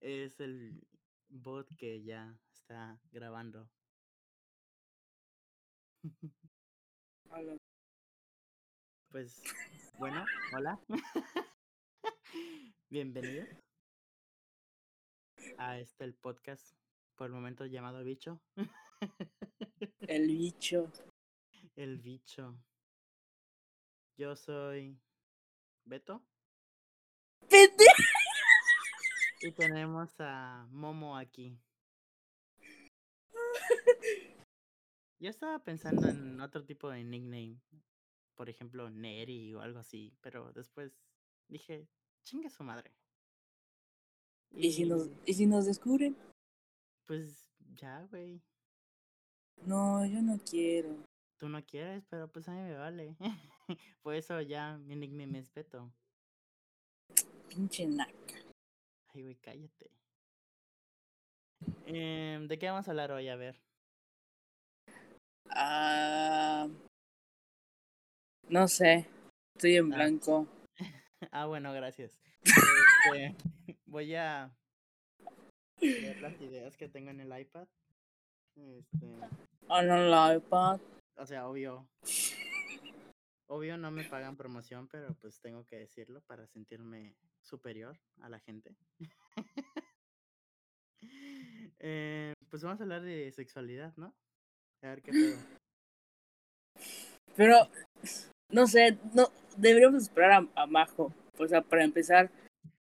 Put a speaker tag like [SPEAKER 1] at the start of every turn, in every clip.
[SPEAKER 1] es el bot que ya está grabando.
[SPEAKER 2] Hola.
[SPEAKER 1] Pues bueno, hola. Bienvenido a este el podcast por el momento llamado Bicho.
[SPEAKER 2] El bicho.
[SPEAKER 1] El Bicho. Yo soy Beto
[SPEAKER 2] ¡Pendejo!
[SPEAKER 1] y tenemos a Momo aquí. Yo estaba pensando en otro tipo de nickname, por ejemplo Neri o algo así, pero después dije, chingue su madre.
[SPEAKER 2] ¿Y si nos, y si nos descubren?
[SPEAKER 1] Pues ya, güey.
[SPEAKER 2] No, yo no quiero.
[SPEAKER 1] Tú no quieres, pero pues a mí me vale. Por eso ya mi nickname es Beto.
[SPEAKER 2] Pinche naca.
[SPEAKER 1] Ay, güey, cállate. Em, ¿De qué vamos a hablar hoy? A ver.
[SPEAKER 2] Ah, no sé. Estoy en
[SPEAKER 1] Ah.
[SPEAKER 2] blanco.
[SPEAKER 1] Ah, bueno, gracias. Este, voy a ver las ideas que tengo en el iPad. Este,
[SPEAKER 2] Ah, no, la iPad.
[SPEAKER 1] o sea, obvio. Obvio no me pagan promoción, pero pues tengo que decirlo para sentirme superior a la gente. Eh, pues vamos a hablar de sexualidad, ¿no? A ver qué pedo.
[SPEAKER 2] Pero, no sé, no deberíamos esperar a, a Majo. O sea, para empezar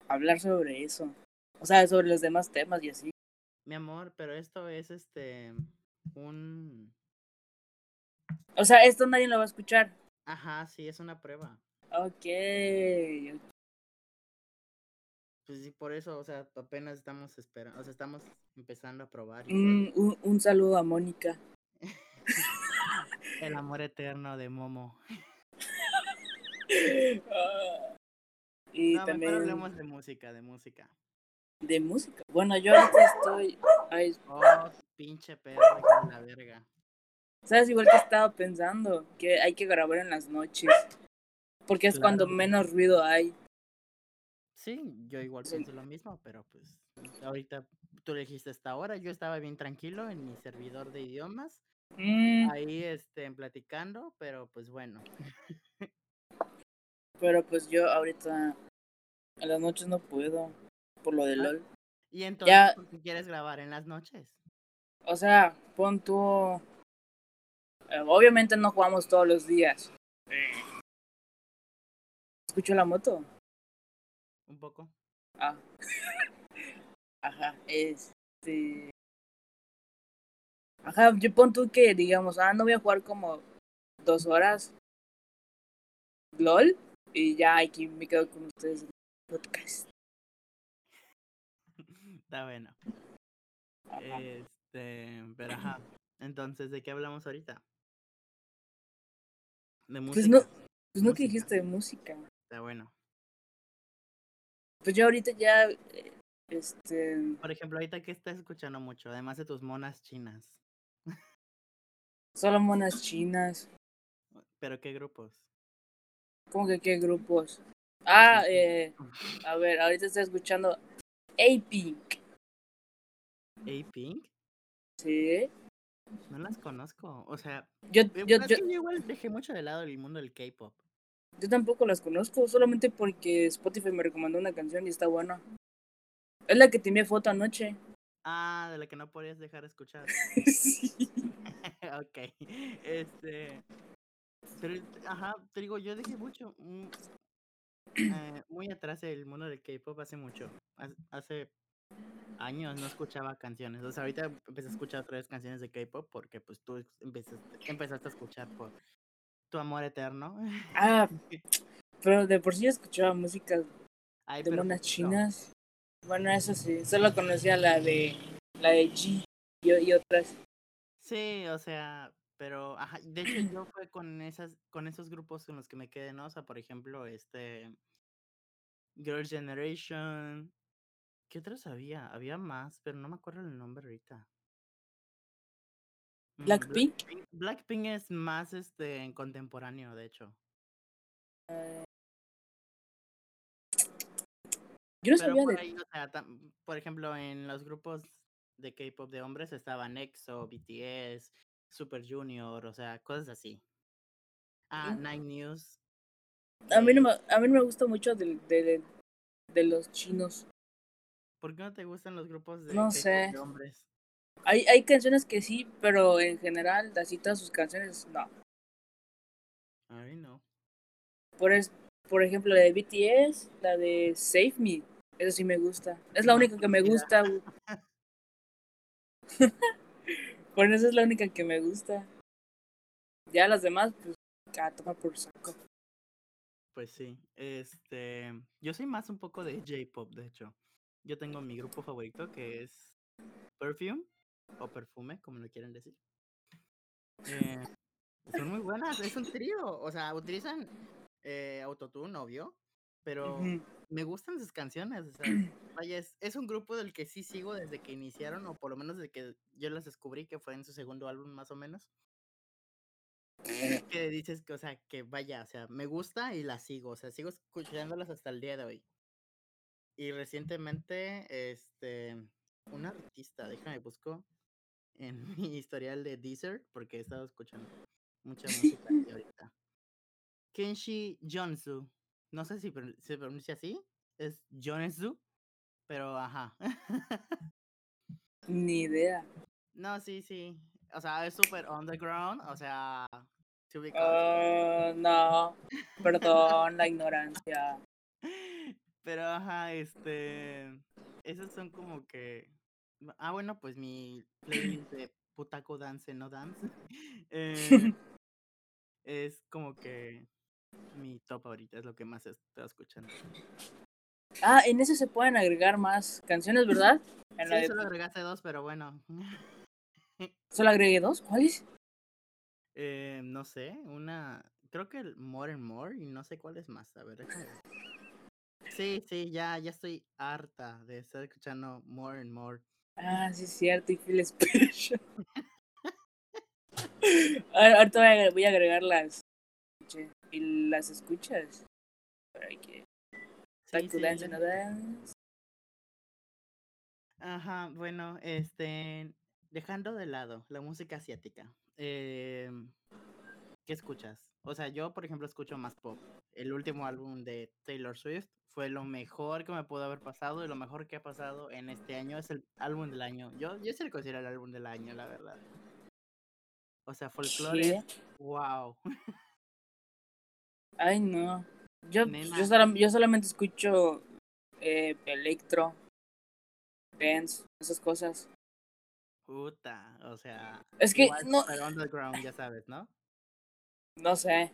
[SPEAKER 2] a hablar sobre eso. O sea, sobre los demás temas y así.
[SPEAKER 1] Mi amor, pero esto es este un
[SPEAKER 2] O sea, esto nadie lo va a escuchar.
[SPEAKER 1] ajá, sí, es una prueba.
[SPEAKER 2] Ok.
[SPEAKER 1] Pues sí, por eso, o sea, apenas estamos esperando, o sea, estamos empezando a probar y todo.
[SPEAKER 2] Un, Mm, un, un saludo a Mónica.
[SPEAKER 1] el amor eterno de Momo.
[SPEAKER 2] Ah, y
[SPEAKER 1] no,
[SPEAKER 2] también
[SPEAKER 1] mejor hablemos de música, de música.
[SPEAKER 2] de música. Bueno, yo ahorita estoy. ay,
[SPEAKER 1] Oh, pinche perro hijo de la verga.
[SPEAKER 2] ¿Sabes? Igual que estaba pensando, que hay que grabar en las noches. Porque es cuando
[SPEAKER 1] Claro.
[SPEAKER 2] menos ruido hay.
[SPEAKER 1] Sí, yo igual
[SPEAKER 2] Sí.
[SPEAKER 1] pienso lo mismo, pero pues ahorita tú le dijiste hasta ahora, yo estaba bien tranquilo en mi servidor de idiomas,
[SPEAKER 2] Mm,
[SPEAKER 1] ahí este platicando, pero pues bueno.
[SPEAKER 2] pero pues yo ahorita en las noches no puedo. Por lo de
[SPEAKER 1] Ah.
[SPEAKER 2] LOL.
[SPEAKER 1] Y entonces,
[SPEAKER 2] Ya.
[SPEAKER 1] ¿por qué quieres grabar en las noches?
[SPEAKER 2] O sea, pon tú. eh, obviamente no jugamos todos los días. Escucho la moto.
[SPEAKER 1] Un poco.
[SPEAKER 2] Ah. Ajá, este. Ajá, yo pon tú que digamos, ah, no voy a jugar como dos horas LOL y ya aquí me quedo con ustedes en el podcast.
[SPEAKER 1] Está bueno.
[SPEAKER 2] Ajá.
[SPEAKER 1] Este, pero ajá. Entonces, ¿de qué hablamos ahorita? De música.
[SPEAKER 2] Pues no, pues no
[SPEAKER 1] música.
[SPEAKER 2] que dijiste de música.
[SPEAKER 1] Está bueno.
[SPEAKER 2] Pues yo ahorita ya, eh, este,
[SPEAKER 1] Por ejemplo, ahorita que estás escuchando mucho, además de tus monas chinas.
[SPEAKER 2] solo monas chinas,
[SPEAKER 1] ¿Pero qué grupos?
[SPEAKER 2] como que qué grupos. Ah,
[SPEAKER 1] Sí, sí.
[SPEAKER 2] eh, a ver, ahorita estoy escuchando A-Pink,
[SPEAKER 1] ¿A Pink?
[SPEAKER 2] ¿sí?
[SPEAKER 1] No las conozco. O sea,
[SPEAKER 2] Yo,
[SPEAKER 1] eh,
[SPEAKER 2] yo,
[SPEAKER 1] bueno, es
[SPEAKER 2] yo,
[SPEAKER 1] que yo igual dejé mucho de lado el mundo del K-pop.
[SPEAKER 2] Yo tampoco las conozco, solamente porque Spotify me recomendó una canción y está buena. Es la que te envié foto anoche.
[SPEAKER 1] Ah, de la que no podías dejar de escuchar. ok. Este. Pero, ajá, te digo, yo dejé mucho. mm, eh, muy atrás el mundo del K-pop hace mucho. ha- Hace años no escuchaba canciones. O sea, ahorita empecé a escuchar otra vez canciones de K-pop porque, pues, tú ex- empezaste, empezaste a escuchar por tu amor eterno.
[SPEAKER 2] Ah, pero de por sí yo escuchaba música
[SPEAKER 1] Ay,
[SPEAKER 2] de
[SPEAKER 1] pero
[SPEAKER 2] monas
[SPEAKER 1] poquito.
[SPEAKER 2] chinas. Bueno, eso sí, solo conocía la de la de G y, y otras.
[SPEAKER 1] Sí, o sea, pero ajá, de hecho yo fue con esas, con esos grupos con los que me quedé, ¿no? O sea, por ejemplo, este Girls Generation. ¿Qué otros había? Había más, pero no me acuerdo el nombre ahorita. Mm,
[SPEAKER 2] Blackpink.
[SPEAKER 1] Blackpink, Blackpink es más este en contemporáneo, de hecho.
[SPEAKER 2] Yo
[SPEAKER 1] Pero
[SPEAKER 2] no sabía
[SPEAKER 1] por
[SPEAKER 2] de.
[SPEAKER 1] ahí, o sea, tam- por ejemplo, en los grupos de K-pop de hombres estaba NEXO, BTS, Super Junior, o sea, cosas así. Ah,
[SPEAKER 2] Mm.
[SPEAKER 1] Nine News.
[SPEAKER 2] A mí no
[SPEAKER 1] eh,
[SPEAKER 2] me, a mí no me gusta mucho del- de, de- de los chinos.
[SPEAKER 1] ¿Por qué no te gustan los grupos de
[SPEAKER 2] No
[SPEAKER 1] K-pop
[SPEAKER 2] sé.
[SPEAKER 1] de hombres?
[SPEAKER 2] Hay, hay canciones que sí, pero en general, así todas sus canciones, no.
[SPEAKER 1] A mí no.
[SPEAKER 2] Por, es, por ejemplo, la de BTS, la de Save Me, esa sí me gusta. Es la
[SPEAKER 1] No,
[SPEAKER 2] única que me
[SPEAKER 1] mira.
[SPEAKER 2] gusta. güey. por eso es la única que me gusta. Ya las demás, pues, a tomar por saco.
[SPEAKER 1] Pues sí, este, yo soy más un poco de J-pop, de hecho. Yo tengo mi grupo favorito que es Perfume o Perfume, como lo quieren decir. Eh, son muy buenas, es un trío, o sea, utilizan eh, autotune, obvio, pero
[SPEAKER 2] Ujú.
[SPEAKER 1] me gustan sus canciones, o sea, vaya, es, es un grupo del que sí sigo desde que iniciaron, o por lo menos desde que yo las descubrí, que fue en su segundo álbum más o menos. Que dices que, o sea, que vaya, o sea, me gusta y las sigo, o sea, sigo escuchándolas hasta el día de hoy. Y recientemente, este, un artista, déjame busco en mi historial de Deezer, porque he estado escuchando mucha música de ahorita. Kenshi Jonsu. No sé si pro- se pronuncia así. Es Jonesu, pero ajá.
[SPEAKER 2] Ni idea.
[SPEAKER 1] no, sí, sí. O sea, es súper underground, o sea, se ubicas.
[SPEAKER 2] Ah, no, perdón la ignorancia.
[SPEAKER 1] Pero ajá, este. Esos son como que. bu- Ah, bueno, pues mi playlist de Putaco Dance No Dance eh, es como que mi top ahorita, es lo que más estoy escuchando.
[SPEAKER 2] Ah, en ese se pueden agregar más canciones, ¿verdad? En la
[SPEAKER 1] Sí,
[SPEAKER 2] de-
[SPEAKER 1] solo agregaste dos, pero bueno.
[SPEAKER 2] Solo agregué dos. ¿Cuáles?
[SPEAKER 1] Eh, no sé, una. Creo que el More and More y no sé cuál es más. A ver, déjame ver. Sí, sí, ya, ya estoy harta de estar escuchando More and More.
[SPEAKER 2] Ah, sí, es cierto, y Phil Special. Ahora- Ahorita voy a agre- voy a agregar las. escuché, Y las escuchas. Pero hay que.
[SPEAKER 1] Sí,
[SPEAKER 2] Taku
[SPEAKER 1] sí, ya-
[SPEAKER 2] Dance, no dance.
[SPEAKER 1] Ajá, bueno, este. Dejando de lado la música asiática. eh, ¿Qué escuchas? O sea, yo, por ejemplo, escucho más pop. El último álbum de Taylor Swift fue lo mejor que me pudo haber pasado y lo mejor que ha pasado en este año. Es el álbum del año. Yo, yo sí lo considero el álbum del año, la verdad. O sea, folclore.
[SPEAKER 2] ¿Qué?
[SPEAKER 1] Wow.
[SPEAKER 2] Ay, no. Yo,
[SPEAKER 1] Nena.
[SPEAKER 2] yo, solo- yo solamente escucho eh, electro, dance, esas cosas.
[SPEAKER 1] Puta. O sea.
[SPEAKER 2] Es que
[SPEAKER 1] igual,
[SPEAKER 2] no,
[SPEAKER 1] Pero underground, ya sabes, ¿no?
[SPEAKER 2] no sé.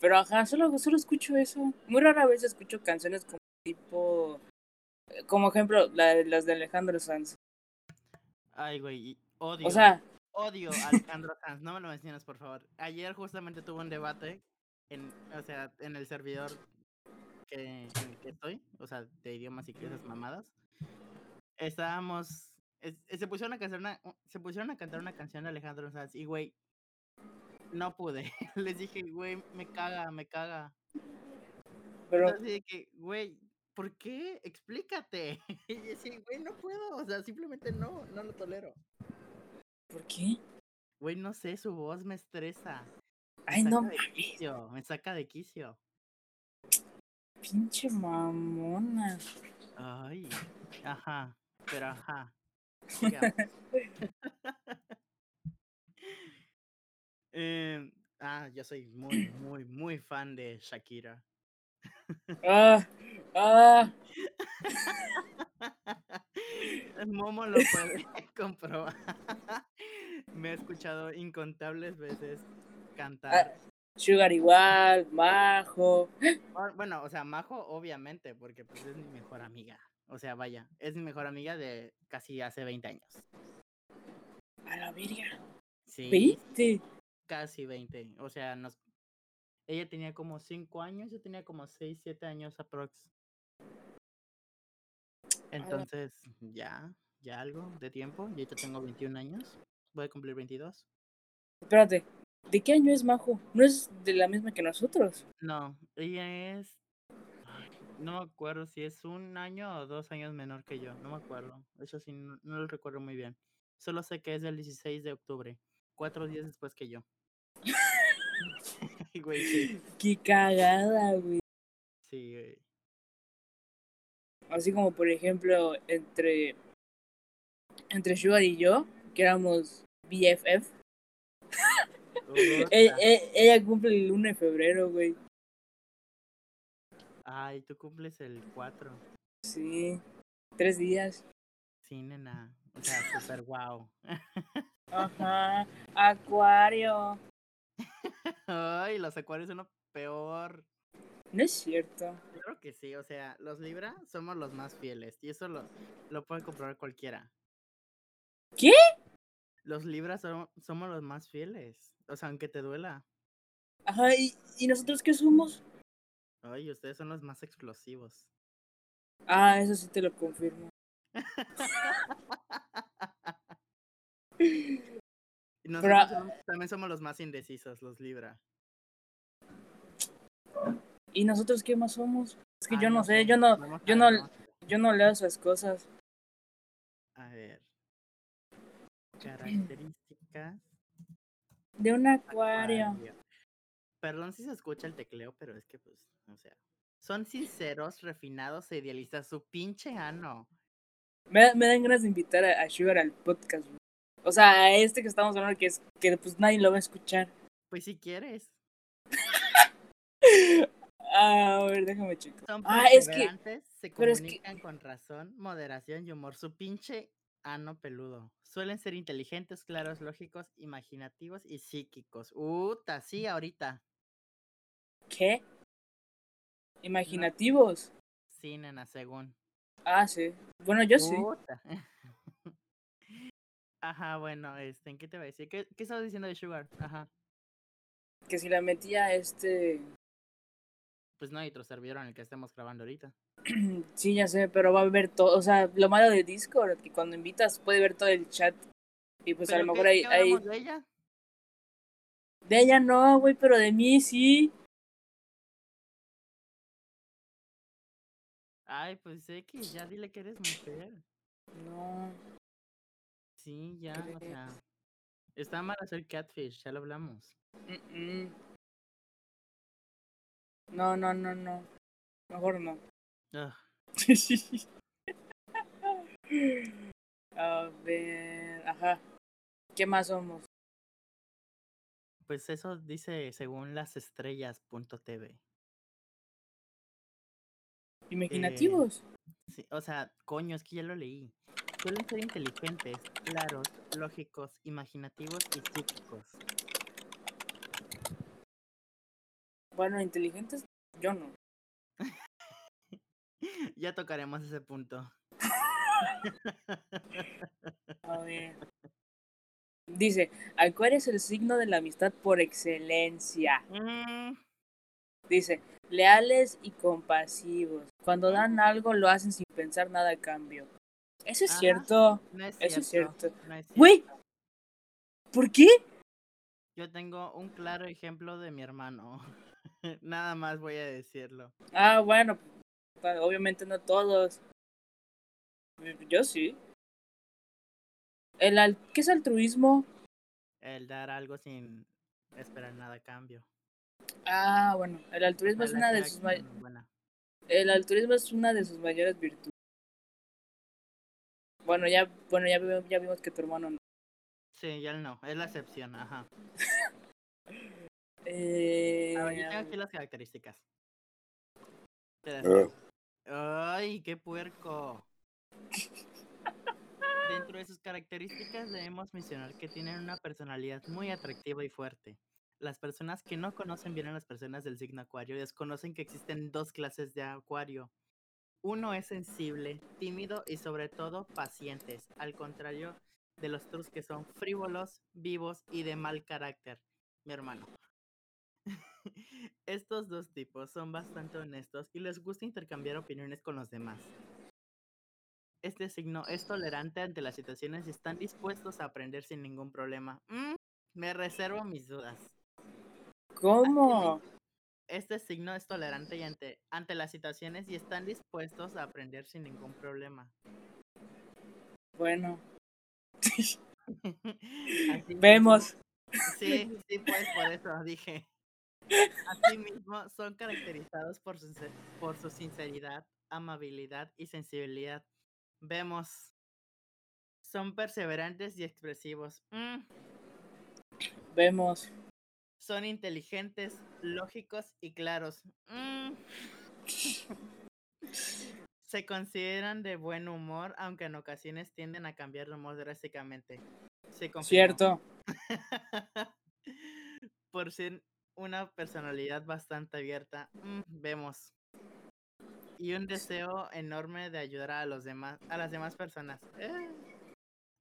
[SPEAKER 2] Pero ajá, solo, solo escucho eso. Muy rara vez escucho canciones como tipo. Como ejemplo, la de- las de Alejandro Sanz.
[SPEAKER 1] Ay, güey. y Odio.
[SPEAKER 2] O sea,
[SPEAKER 1] odio a Alejandro Sanz. No me lo mencionas, por favor. Ayer justamente tuve un debate. En, o sea, en el servidor que, en el que estoy. O sea, de idiomas y esas mamadas. Estábamos. es- es- se, pusieron a cantar una, se pusieron a cantar una canción de Alejandro Sanz. Y, güey. No pude. Les dije, güey, me caga, me caga.
[SPEAKER 2] pero
[SPEAKER 1] Así de que, güey, ¿por qué? Explícate. Y yo así, güey, no puedo. O sea, simplemente no, no lo tolero.
[SPEAKER 2] ¿por qué?
[SPEAKER 1] Güey, no sé, su voz me estresa. Me
[SPEAKER 2] Ay, no
[SPEAKER 1] saca de
[SPEAKER 2] mames,
[SPEAKER 1] quicio, me saca de quicio.
[SPEAKER 2] pinche mamona.
[SPEAKER 1] Ay, ajá, pero ajá. sigamos. Em, ah, yo soy muy, muy, muy fan de Shakira.
[SPEAKER 2] Ah, ah,
[SPEAKER 1] Momo lo puede comprobar. Me he escuchado incontables veces
[SPEAKER 2] Ah,
[SPEAKER 1] cantar.
[SPEAKER 2] Sugar igual, Majo.
[SPEAKER 1] Ah, Bueno, o sea, Majo, obviamente, porque pues es mi mejor amiga. O sea, vaya, es mi mejor amiga de casi hace 20 años.
[SPEAKER 2] A la verga.
[SPEAKER 1] Sí,
[SPEAKER 2] ¿Viste?
[SPEAKER 1] casi 20. O sea, nos... ella tenía como 5 años, yo tenía como 6, 7 años aprox. Entonces, ya, ya algo de tiempo. Yo ya tengo 21 años. Voy a cumplir 22.
[SPEAKER 2] Espérate, ¿de qué año es Majo? No es de la misma que nosotros.
[SPEAKER 1] No, ella es. Ay, no me acuerdo si es un año o dos años menor que yo, no me acuerdo. Eso sí, no, no lo recuerdo muy bien. Solo sé que es del 16 de octubre, cuatro días después que yo. Güey, sí,
[SPEAKER 2] Qué cagada, güey.
[SPEAKER 1] sí, güey.
[SPEAKER 2] Así como, por ejemplo, entre, entre Sugar y yo, que éramos BFF,
[SPEAKER 1] Puta.
[SPEAKER 2] e- e- ella cumple el 1 de febrero, güey.
[SPEAKER 1] Ay, tú cumples el 4.
[SPEAKER 2] Sí, tres días.
[SPEAKER 1] Sí, nena. O sea, súper guau.
[SPEAKER 2] Ajá, Acuario.
[SPEAKER 1] Ay, los acuarios son lo peor.
[SPEAKER 2] No es cierto.
[SPEAKER 1] Claro que sí, o sea, los Libra somos los más fieles. Y eso lo, lo puede comprobar cualquiera.
[SPEAKER 2] ¿Qué?
[SPEAKER 1] Los Libra son- somos los más fieles. O sea, aunque te duela.
[SPEAKER 2] Ajá, ¿y, y nosotros qué somos?
[SPEAKER 1] Ay, ustedes son los más explosivos.
[SPEAKER 2] Ah, eso sí te lo confirmo.
[SPEAKER 1] Y nosotros
[SPEAKER 2] Bra-
[SPEAKER 1] somos- también somos los más indecisos, los Libra.
[SPEAKER 2] ¿Y nosotros qué más somos? Es que
[SPEAKER 1] Ay,
[SPEAKER 2] yo Ah, no sé,
[SPEAKER 1] sé,
[SPEAKER 2] yo no,
[SPEAKER 1] vamos
[SPEAKER 2] yo
[SPEAKER 1] a
[SPEAKER 2] no-
[SPEAKER 1] ver, vamos
[SPEAKER 2] yo no leo esas cosas.
[SPEAKER 1] A ver. Características.
[SPEAKER 2] De un acuario.
[SPEAKER 1] Acuario. Perdón si se escucha el tecleo, pero es que pues, o sea. Son sinceros, refinados e idealistas. Su pinche ano.
[SPEAKER 2] Me, da- me dan ganas de invitar a, a Sugar al podcast. güey. O sea, a este que estamos hablando que es que pues nadie lo va a escuchar.
[SPEAKER 1] Pues si quieres.
[SPEAKER 2] Ah, a ver, déjame checar.
[SPEAKER 1] Son
[SPEAKER 2] Ah, es que-
[SPEAKER 1] perseverantes, se
[SPEAKER 2] pero es que-
[SPEAKER 1] comunican con razón, moderación y humor. Su pinche ano peludo. Suelen ser inteligentes, claros, lógicos, imaginativos y psíquicos. Uta, sí, ahorita.
[SPEAKER 2] ¿Qué? Imaginativos.
[SPEAKER 1] Sí, nena, según.
[SPEAKER 2] Ah, sí. Bueno, yo sí.
[SPEAKER 1] Puta. Ajá, bueno, este, ¿en qué te voy a decir? ¿Qué, qué estabas diciendo de Sugar? Ajá.
[SPEAKER 2] Que si la metía este.
[SPEAKER 1] Pues no hay otro servidor en el que estemos grabando ahorita.
[SPEAKER 2] Sí, ya sé, pero va a ver todo. O sea, lo malo de Discord, que cuando invitas puede ver todo el chat. Y pues a
[SPEAKER 1] ¿Pero
[SPEAKER 2] lo
[SPEAKER 1] qué-
[SPEAKER 2] mejor ahí.
[SPEAKER 1] qué
[SPEAKER 2] ahí-
[SPEAKER 1] hablamos de ella?
[SPEAKER 2] De ella no, güey, pero de mí sí.
[SPEAKER 1] Ay, pues sé que ya dile que eres mujer.
[SPEAKER 2] No.
[SPEAKER 1] Sí, ya, o
[SPEAKER 2] Creo.
[SPEAKER 1] sea. Eh, Está mal hacer catfish, ya lo hablamos.
[SPEAKER 2] mm, mm. No, no, no, no. Mejor no.
[SPEAKER 1] Ugh,
[SPEAKER 2] A ver, ajá. ¿Qué más somos?
[SPEAKER 1] pues eso dice según las estrellas.tv.
[SPEAKER 2] Imaginativos.
[SPEAKER 1] Sí, o sea, coño, es que ya lo leí. Suelen ser inteligentes, claros, lógicos, imaginativos y psíquicos.
[SPEAKER 2] Bueno, inteligentes, yo no.
[SPEAKER 1] Ya tocaremos ese punto.
[SPEAKER 2] A ver. Dice, Acuario es el signo de la amistad por excelencia.
[SPEAKER 1] Mm,
[SPEAKER 2] Dice, leales y compasivos. Cuando dan algo lo hacen sin pensar nada a cambio. Eso es
[SPEAKER 1] Ajá.
[SPEAKER 2] cierto.
[SPEAKER 1] no es
[SPEAKER 2] Eso es cierto.
[SPEAKER 1] no es cierto.
[SPEAKER 2] Güey, ¿por qué?
[SPEAKER 1] Yo tengo un claro ejemplo de mi hermano. Nada más voy a decirlo.
[SPEAKER 2] Ah, bueno, pa- obviamente no todos. Yo sí. El al- ¿Qué es altruismo?
[SPEAKER 1] El dar algo sin esperar nada a cambio.
[SPEAKER 2] Ah, bueno, el altruismo es
[SPEAKER 1] Ojalá
[SPEAKER 2] una de
[SPEAKER 1] sea
[SPEAKER 2] sus
[SPEAKER 1] acción
[SPEAKER 2] may-
[SPEAKER 1] buena.
[SPEAKER 2] el altruismo es una de sus mayores virtudes. Bueno, ya bueno, ya, vi- ya vimos que tu hermano no.
[SPEAKER 1] Sí, ya él no. Es la excepción, ajá.
[SPEAKER 2] Eh,
[SPEAKER 1] A ver, Ah, yo tengo aquí las características. Te las
[SPEAKER 3] Ah.
[SPEAKER 1] leo. ¡Ay, qué puerco! Dentro de sus características debemos mencionar que tienen una personalidad muy atractiva y fuerte. Las personas que no conocen bien a las personas del signo acuario desconocen que existen dos clases de acuario. Uno es sensible, tímido y sobre todo pacientes, al contrario de los otros que son frívolos, vivos y de mal carácter. Mi hermano. Estos dos tipos son bastante honestos y les gusta intercambiar opiniones con los demás. Este signo es tolerante ante las situaciones y están dispuestos a aprender sin ningún problema. Mm, me reservo mis dudas.
[SPEAKER 2] ¿Cómo?
[SPEAKER 1] Este signo es tolerante y ante, ante las situaciones y están dispuestos a aprender sin ningún problema.
[SPEAKER 2] Bueno,
[SPEAKER 1] Así
[SPEAKER 2] vemos.
[SPEAKER 1] Sí, sí, pues por eso dije. Asimismo, son caracterizados por su, sin- por su sinceridad, amabilidad y sensibilidad. Vemos. Son perseverantes y expresivos. Mm,
[SPEAKER 2] Vemos.
[SPEAKER 1] Son inteligentes, lógicos y claros. Mm. Se consideran de buen humor, aunque en ocasiones tienden a cambiar de humor drásticamente. Se confirmó.
[SPEAKER 2] Cierto.
[SPEAKER 1] por ser una personalidad bastante abierta, mm, vemos. Y un deseo enorme de ayudar a los demás, a las demás personas. Eh,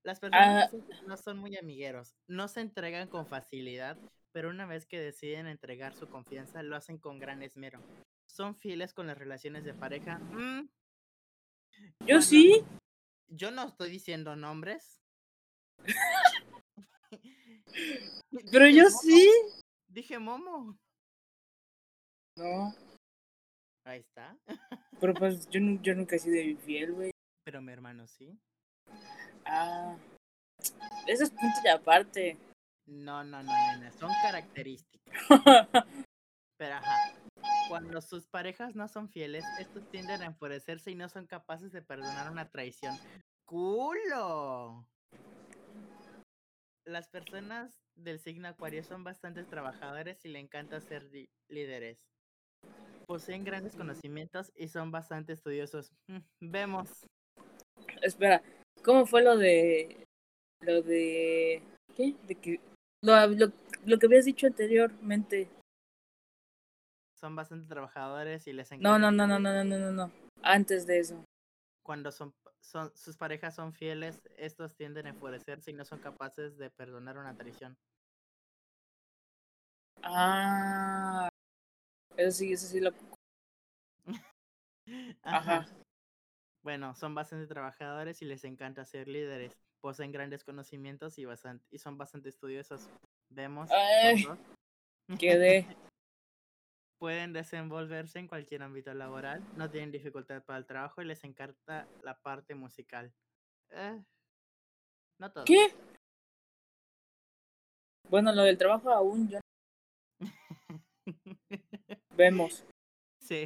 [SPEAKER 1] Las personas no
[SPEAKER 2] Ah.
[SPEAKER 1] son- no son muy amigueros, no se entregan con facilidad, pero una vez que deciden entregar su confianza, lo hacen con gran esmero. Son fieles con las relaciones de pareja. mm,
[SPEAKER 2] Yo sí.
[SPEAKER 1] yo no estoy diciendo nombres.
[SPEAKER 2] Pero
[SPEAKER 1] Dije
[SPEAKER 2] yo
[SPEAKER 1] Momo,
[SPEAKER 2] sí.
[SPEAKER 1] Dije Momo.
[SPEAKER 2] No.
[SPEAKER 1] Ahí está.
[SPEAKER 2] Pero pues yo, nu- yo nunca he sido infiel, güey.
[SPEAKER 1] Pero mi hermano sí.
[SPEAKER 2] Ah. Ese es punto y aparte.
[SPEAKER 1] No, no, no, nena. Son características. Pero ajá. Cuando sus parejas no son fieles, estos tienden a enfurecerse y no son capaces de perdonar una traición. ¡Culo! Las personas del signo Acuario son bastantes trabajadores y le encanta ser li- líderes. Poseen grandes conocimientos y son bastante estudiosos. Mm, Vemos.
[SPEAKER 2] Espera, ¿cómo fue lo de. Lo de. ¿Qué? De que. Lo, lo, lo que habías dicho anteriormente.
[SPEAKER 1] Son bastante trabajadores y les encanta.
[SPEAKER 2] No, no, no, no, no, no, no, no, no. Antes de eso.
[SPEAKER 1] cuando son, son sus parejas son fieles, estos tienden a enfurecerse y no son capaces de perdonar una traición.
[SPEAKER 2] Ah. Eso sí, eso sí lo. Ajá.
[SPEAKER 1] Bueno, son bastante trabajadores y les encanta ser líderes. Poseen grandes conocimientos y, bastan- y son bastante estudiosos. Vemos. son
[SPEAKER 2] Ay.
[SPEAKER 1] dos.
[SPEAKER 2] Quedé.
[SPEAKER 1] Pueden desenvolverse en cualquier ámbito laboral, no tienen dificultad para el trabajo y les encanta la parte musical. Eh, no todos.
[SPEAKER 2] ¿Qué? Bueno, lo del trabajo aún yo. Vemos.
[SPEAKER 1] Sí.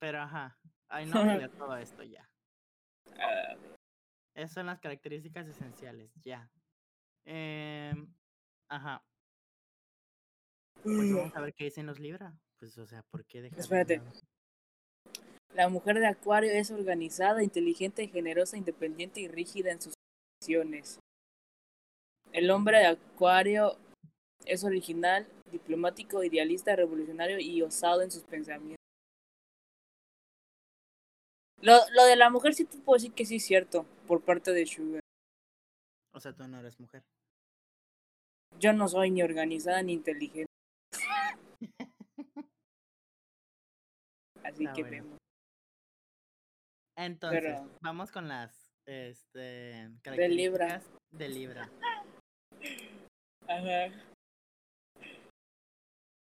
[SPEAKER 1] Pero ajá. Ay, no voy a leer todo esto ya.
[SPEAKER 2] Ah,
[SPEAKER 1] Esas son las características esenciales, ya. Em, ajá. Pues vamos a ver qué dicen los Libra. Pues, o sea, ¿por qué dejar?
[SPEAKER 2] Mm, Espérate. La mujer de Acuario es organizada, inteligente, generosa, independiente y rígida en sus acciones. El hombre de Acuario es original, diplomático, idealista, revolucionario y osado en sus pensamientos. Lo, lo de la mujer sí te puedo decir que sí es cierto por parte de Sugar.
[SPEAKER 1] O sea, tú no eres mujer.
[SPEAKER 2] Yo no soy ni organizada ni inteligente. Así
[SPEAKER 1] Ah,
[SPEAKER 2] que
[SPEAKER 1] bueno.
[SPEAKER 2] vemos.
[SPEAKER 1] Entonces,
[SPEAKER 2] Pero-
[SPEAKER 1] vamos con las este,
[SPEAKER 2] De Libra.
[SPEAKER 1] características de Libra.
[SPEAKER 2] Ajá.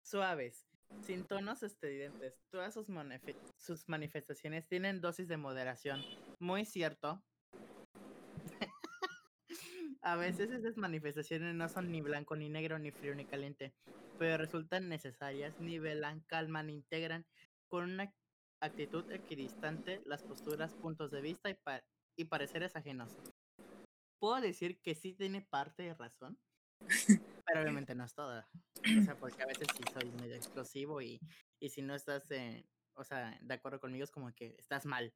[SPEAKER 1] Suaves, sin tonos estridentes. Todas sus, manefe- sus manifestaciones tienen dosis de moderación. Muy cierto. A veces esas manifestaciones no son ni blanco, ni negro, ni frío, ni caliente, pero resultan necesarias, nivelan, calman, integran con una actitud equidistante las posturas, puntos de vista y, pa- y pareceres ajenos. Puedo decir que sí tiene parte de razón, pero obviamente no es toda. O sea, porque a veces sí soy medio explosivo y, y si no estás, eh, o sea, de acuerdo conmigo es como que estás mal.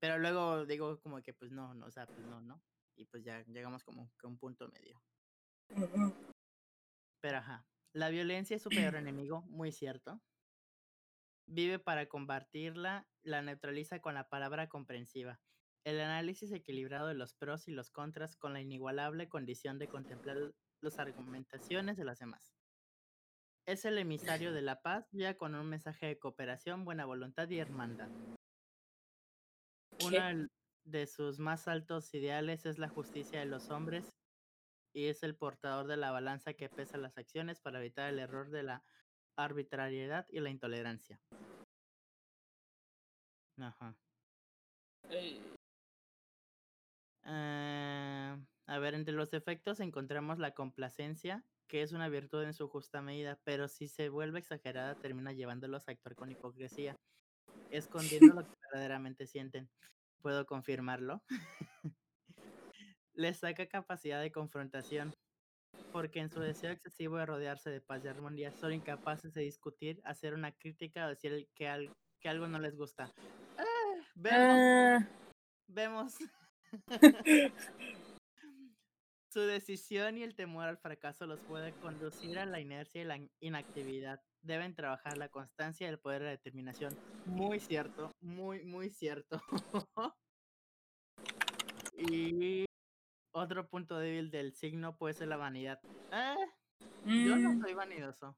[SPEAKER 1] Pero luego digo como que pues no, no, o sea, pues no, no. Y pues ya llegamos como que a un punto medio.
[SPEAKER 2] Ujú.
[SPEAKER 1] Pero ajá, la violencia es su peor enemigo, muy cierto. Vive para combatirla, la neutraliza con la palabra comprensiva. El análisis equilibrado de los pros y los contras con la inigualable condición de contemplar las argumentaciones de las demás. Es el emisario de la paz, ya con un mensaje de cooperación, buena voluntad y hermandad. Uno del- de sus más altos ideales es la justicia de los hombres y es el portador de la balanza que pesa las acciones para evitar el error de la arbitrariedad y la intolerancia. Ajá.
[SPEAKER 2] Eh,
[SPEAKER 1] Eh, a ver, entre los efectos encontramos la complacencia, que es una virtud en su justa medida, pero si se vuelve exagerada termina llevándolos a actuar con hipocresía, escondiendo lo que verdaderamente sienten. ¿Puedo confirmarlo? Les saca capacidad de confrontación, porque en su deseo excesivo de rodearse de paz y armonía son incapaces de discutir, hacer una crítica o decir el- que, al- que algo no les gusta. Ah, vemos
[SPEAKER 2] ah,
[SPEAKER 1] Vemos. Su decisión y el temor al fracaso los puede conducir a la inercia y la in- inactividad. Deben trabajar la constancia y el poder de la determinación. Muy cierto, muy, muy cierto. y otro punto débil del signo puede ser la vanidad. Ah, Yo no
[SPEAKER 2] mm,
[SPEAKER 1] soy vanidoso.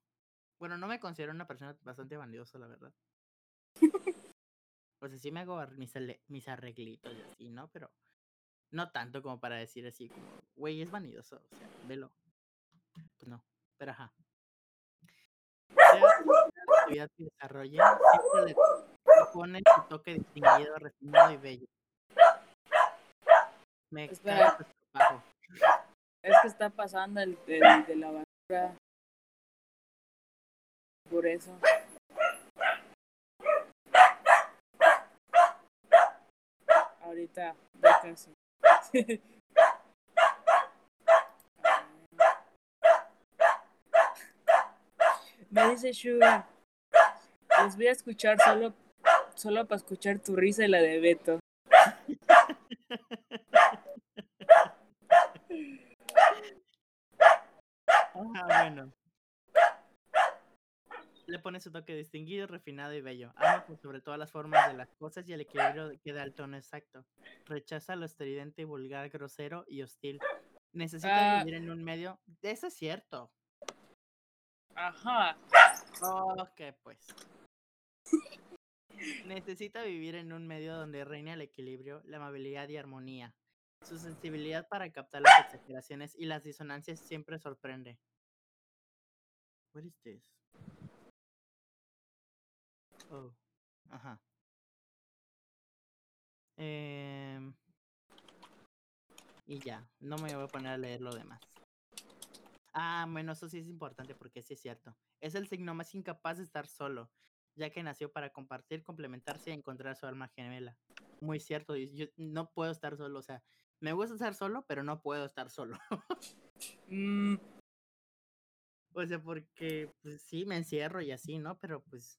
[SPEAKER 1] Bueno, no me considero una persona bastante vanidosa, la verdad. O sea, sí me hago ar- mis, ale- mis arreglitos y así, ¿no? Pero no tanto como para decir así, como, güey, es vanidoso, o sea, velo. Pues no, pero ajá. Sea la actividad que desarrolle, siempre le le pone su toque distinguido, refinado y bello. Me pues,
[SPEAKER 2] Espera.
[SPEAKER 1] cae bajo.
[SPEAKER 2] Es que está pasando el, el de la basura. Por eso. Ahorita, ya casi. Me dice Suga, los voy a escuchar solo, solo para escuchar tu risa y la de Beto.
[SPEAKER 1] Ah, bueno. Le pone su toque distinguido, refinado y bello. Ama por sobre todas las formas de las cosas y el equilibrio de- que da el tono exacto. Rechaza lo estridente, vulgar, grosero y hostil. Necesita
[SPEAKER 2] Ah.
[SPEAKER 1] vivir en un medio. Eso es cierto.
[SPEAKER 2] Ajá.
[SPEAKER 1] Ok, pues. Necesita vivir en un medio donde reina el equilibrio, la amabilidad y armonía. Su sensibilidad para captar las exageraciones y las disonancias siempre sorprende. What is this? Oh, ajá. Em, y ya, no me voy a poner a leer lo demás. Ah, bueno, eso sí es importante porque sí es cierto. Es el signo más incapaz de estar solo, ya que nació para compartir, complementarse y encontrar su alma gemela. Muy cierto, y yo no puedo estar solo, o sea, me gusta estar solo, pero no puedo estar solo.
[SPEAKER 2] Mm,
[SPEAKER 1] O sea, porque pues, sí me encierro y así, ¿no? Pero pues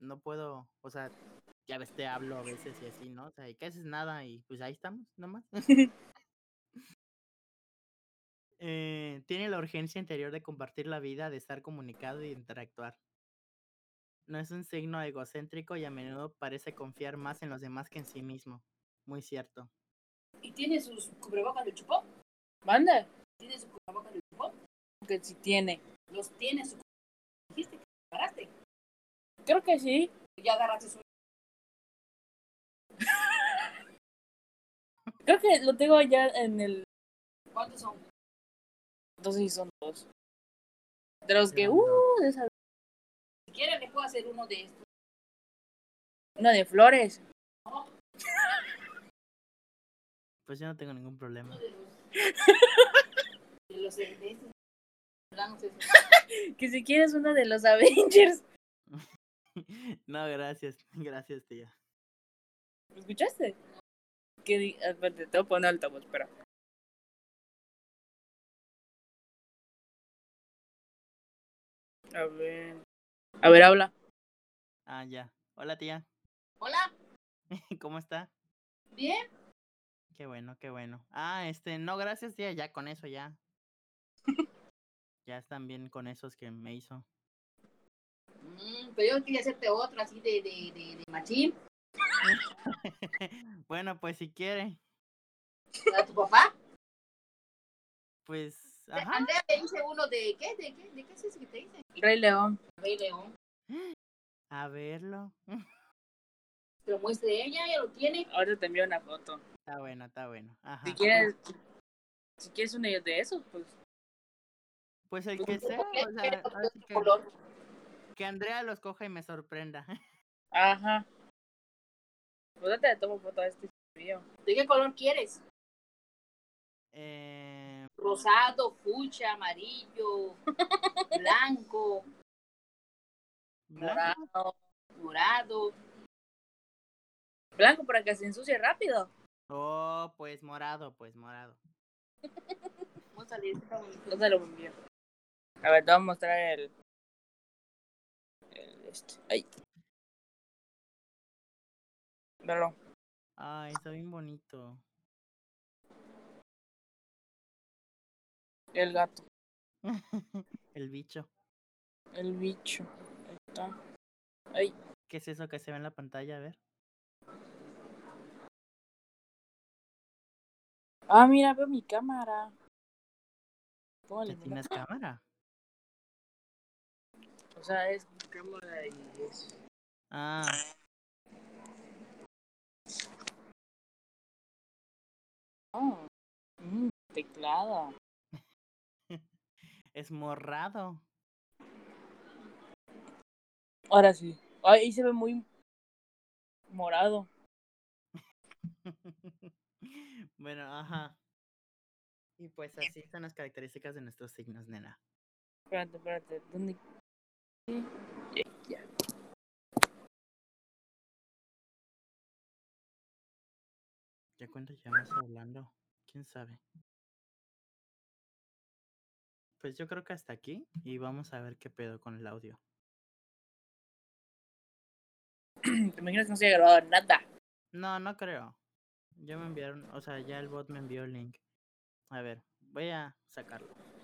[SPEAKER 1] no puedo, o sea, ya ves, te hablo a veces y así, ¿no? O sea, y que haces nada y pues ahí estamos, nomás. Eh, tiene la urgencia interior de compartir la vida, de estar comunicado y de interactuar. No es un signo egocéntrico y a menudo parece confiar más en los demás que en sí mismo. Muy cierto.
[SPEAKER 3] ¿Y tiene sus cubrebocas del chupón?
[SPEAKER 2] manda.
[SPEAKER 3] ¿Tiene su cubrebocas del chupón?
[SPEAKER 2] que si tiene.
[SPEAKER 3] ¿Los tiene su Dijiste que agarraste.
[SPEAKER 2] Creo que sí.
[SPEAKER 3] Ya agarraste su...
[SPEAKER 2] Creo que lo tengo ya en el.
[SPEAKER 3] ¿Cuántos son?
[SPEAKER 2] Entonces sí son dos. De los que.
[SPEAKER 1] Eran
[SPEAKER 2] Uh, de esa-
[SPEAKER 3] Si quieren les puedo hacer uno de estos.
[SPEAKER 2] Una de flores.
[SPEAKER 1] Pues yo no tengo ningún problema.
[SPEAKER 3] Uno de los... de los de de estos. ¿Verdad? No sé si-
[SPEAKER 2] Que si quieres una de los Avengers.
[SPEAKER 1] No, gracias. Gracias, tía.
[SPEAKER 2] ¿Lo escuchaste? Que di- espérate, te voy a poner altavoz, espera. A ver. A ver, habla.
[SPEAKER 1] Ah, ya. Hola, tía.
[SPEAKER 3] Hola,
[SPEAKER 1] ¿Cómo está?
[SPEAKER 3] ¿bien?
[SPEAKER 1] Qué bueno, qué bueno. Ah, este, no, gracias, tía. Ya con eso, ya. Ya están bien con esos que me hizo.
[SPEAKER 3] Mm, pero yo quería hacerte otro así de, de, de, de machín.
[SPEAKER 1] bueno, pues si quiere,
[SPEAKER 3] ¿A tu papá?
[SPEAKER 1] pues. Ajá.
[SPEAKER 3] Andrea te hice uno de... ¿Qué? ¿De qué? ¿De qué es eso que te hice?
[SPEAKER 2] Rey León.
[SPEAKER 3] Rey León.
[SPEAKER 1] A verlo.
[SPEAKER 3] Pero muestre ella, ya lo tiene.
[SPEAKER 2] Ahorita te envío una foto.
[SPEAKER 1] Está bueno, está bueno. Ajá.
[SPEAKER 2] Si quieres. Si quieres una de esos, pues.
[SPEAKER 1] Pues el
[SPEAKER 2] tú
[SPEAKER 1] que sea, o sea,
[SPEAKER 3] Pero
[SPEAKER 1] ahora sí
[SPEAKER 3] de
[SPEAKER 1] que-
[SPEAKER 3] color.
[SPEAKER 1] Que Andrea los coja y me sorprenda.
[SPEAKER 2] Ajá. Pues ahorita le tomo foto a este video.
[SPEAKER 3] ¿De qué color quieres?
[SPEAKER 1] Eh,
[SPEAKER 3] Rosado, fucha, amarillo, blanco,
[SPEAKER 1] blanco.
[SPEAKER 2] Morado.
[SPEAKER 3] morado.
[SPEAKER 2] Blanco para que se ensucie rápido.
[SPEAKER 1] Oh, pues morado, pues morado.
[SPEAKER 3] Vamos a leer esta bonita.
[SPEAKER 2] ¿Dónde lo envío? A ver, te voy a mostrar el. el este. Ahí. Velo.
[SPEAKER 1] Ay, está bien bonito.
[SPEAKER 2] El gato.
[SPEAKER 1] El bicho.
[SPEAKER 2] El bicho. Ahí está. Ahí.
[SPEAKER 1] ¿Qué es eso que se ve en la pantalla? A ver.
[SPEAKER 2] Ah, mira, veo mi cámara.
[SPEAKER 1] ¿Ya
[SPEAKER 2] Póngale, mira.
[SPEAKER 1] tienes cámara?
[SPEAKER 2] O sea, es mi cámara y es.
[SPEAKER 1] Ah,
[SPEAKER 2] Oh. Mm, teclado.
[SPEAKER 1] es morrado.
[SPEAKER 2] Ahora sí. Ay, Ahí se ve muy morado.
[SPEAKER 1] bueno, ajá. Y pues así son las características de nuestros signos, nena.
[SPEAKER 2] Espérate, espérate. ¿Dónde? Ya, ya.
[SPEAKER 1] ¿Ya cuánto llevamos hablando? ¿Quién sabe? Pues yo creo que hasta aquí y vamos a ver qué pedo con el audio.
[SPEAKER 2] ¿Te imaginas que no se haya grabado nada?
[SPEAKER 1] No, no creo. Ya me enviaron, o sea, ya el bot me envió el link. A ver, voy a sacarlo.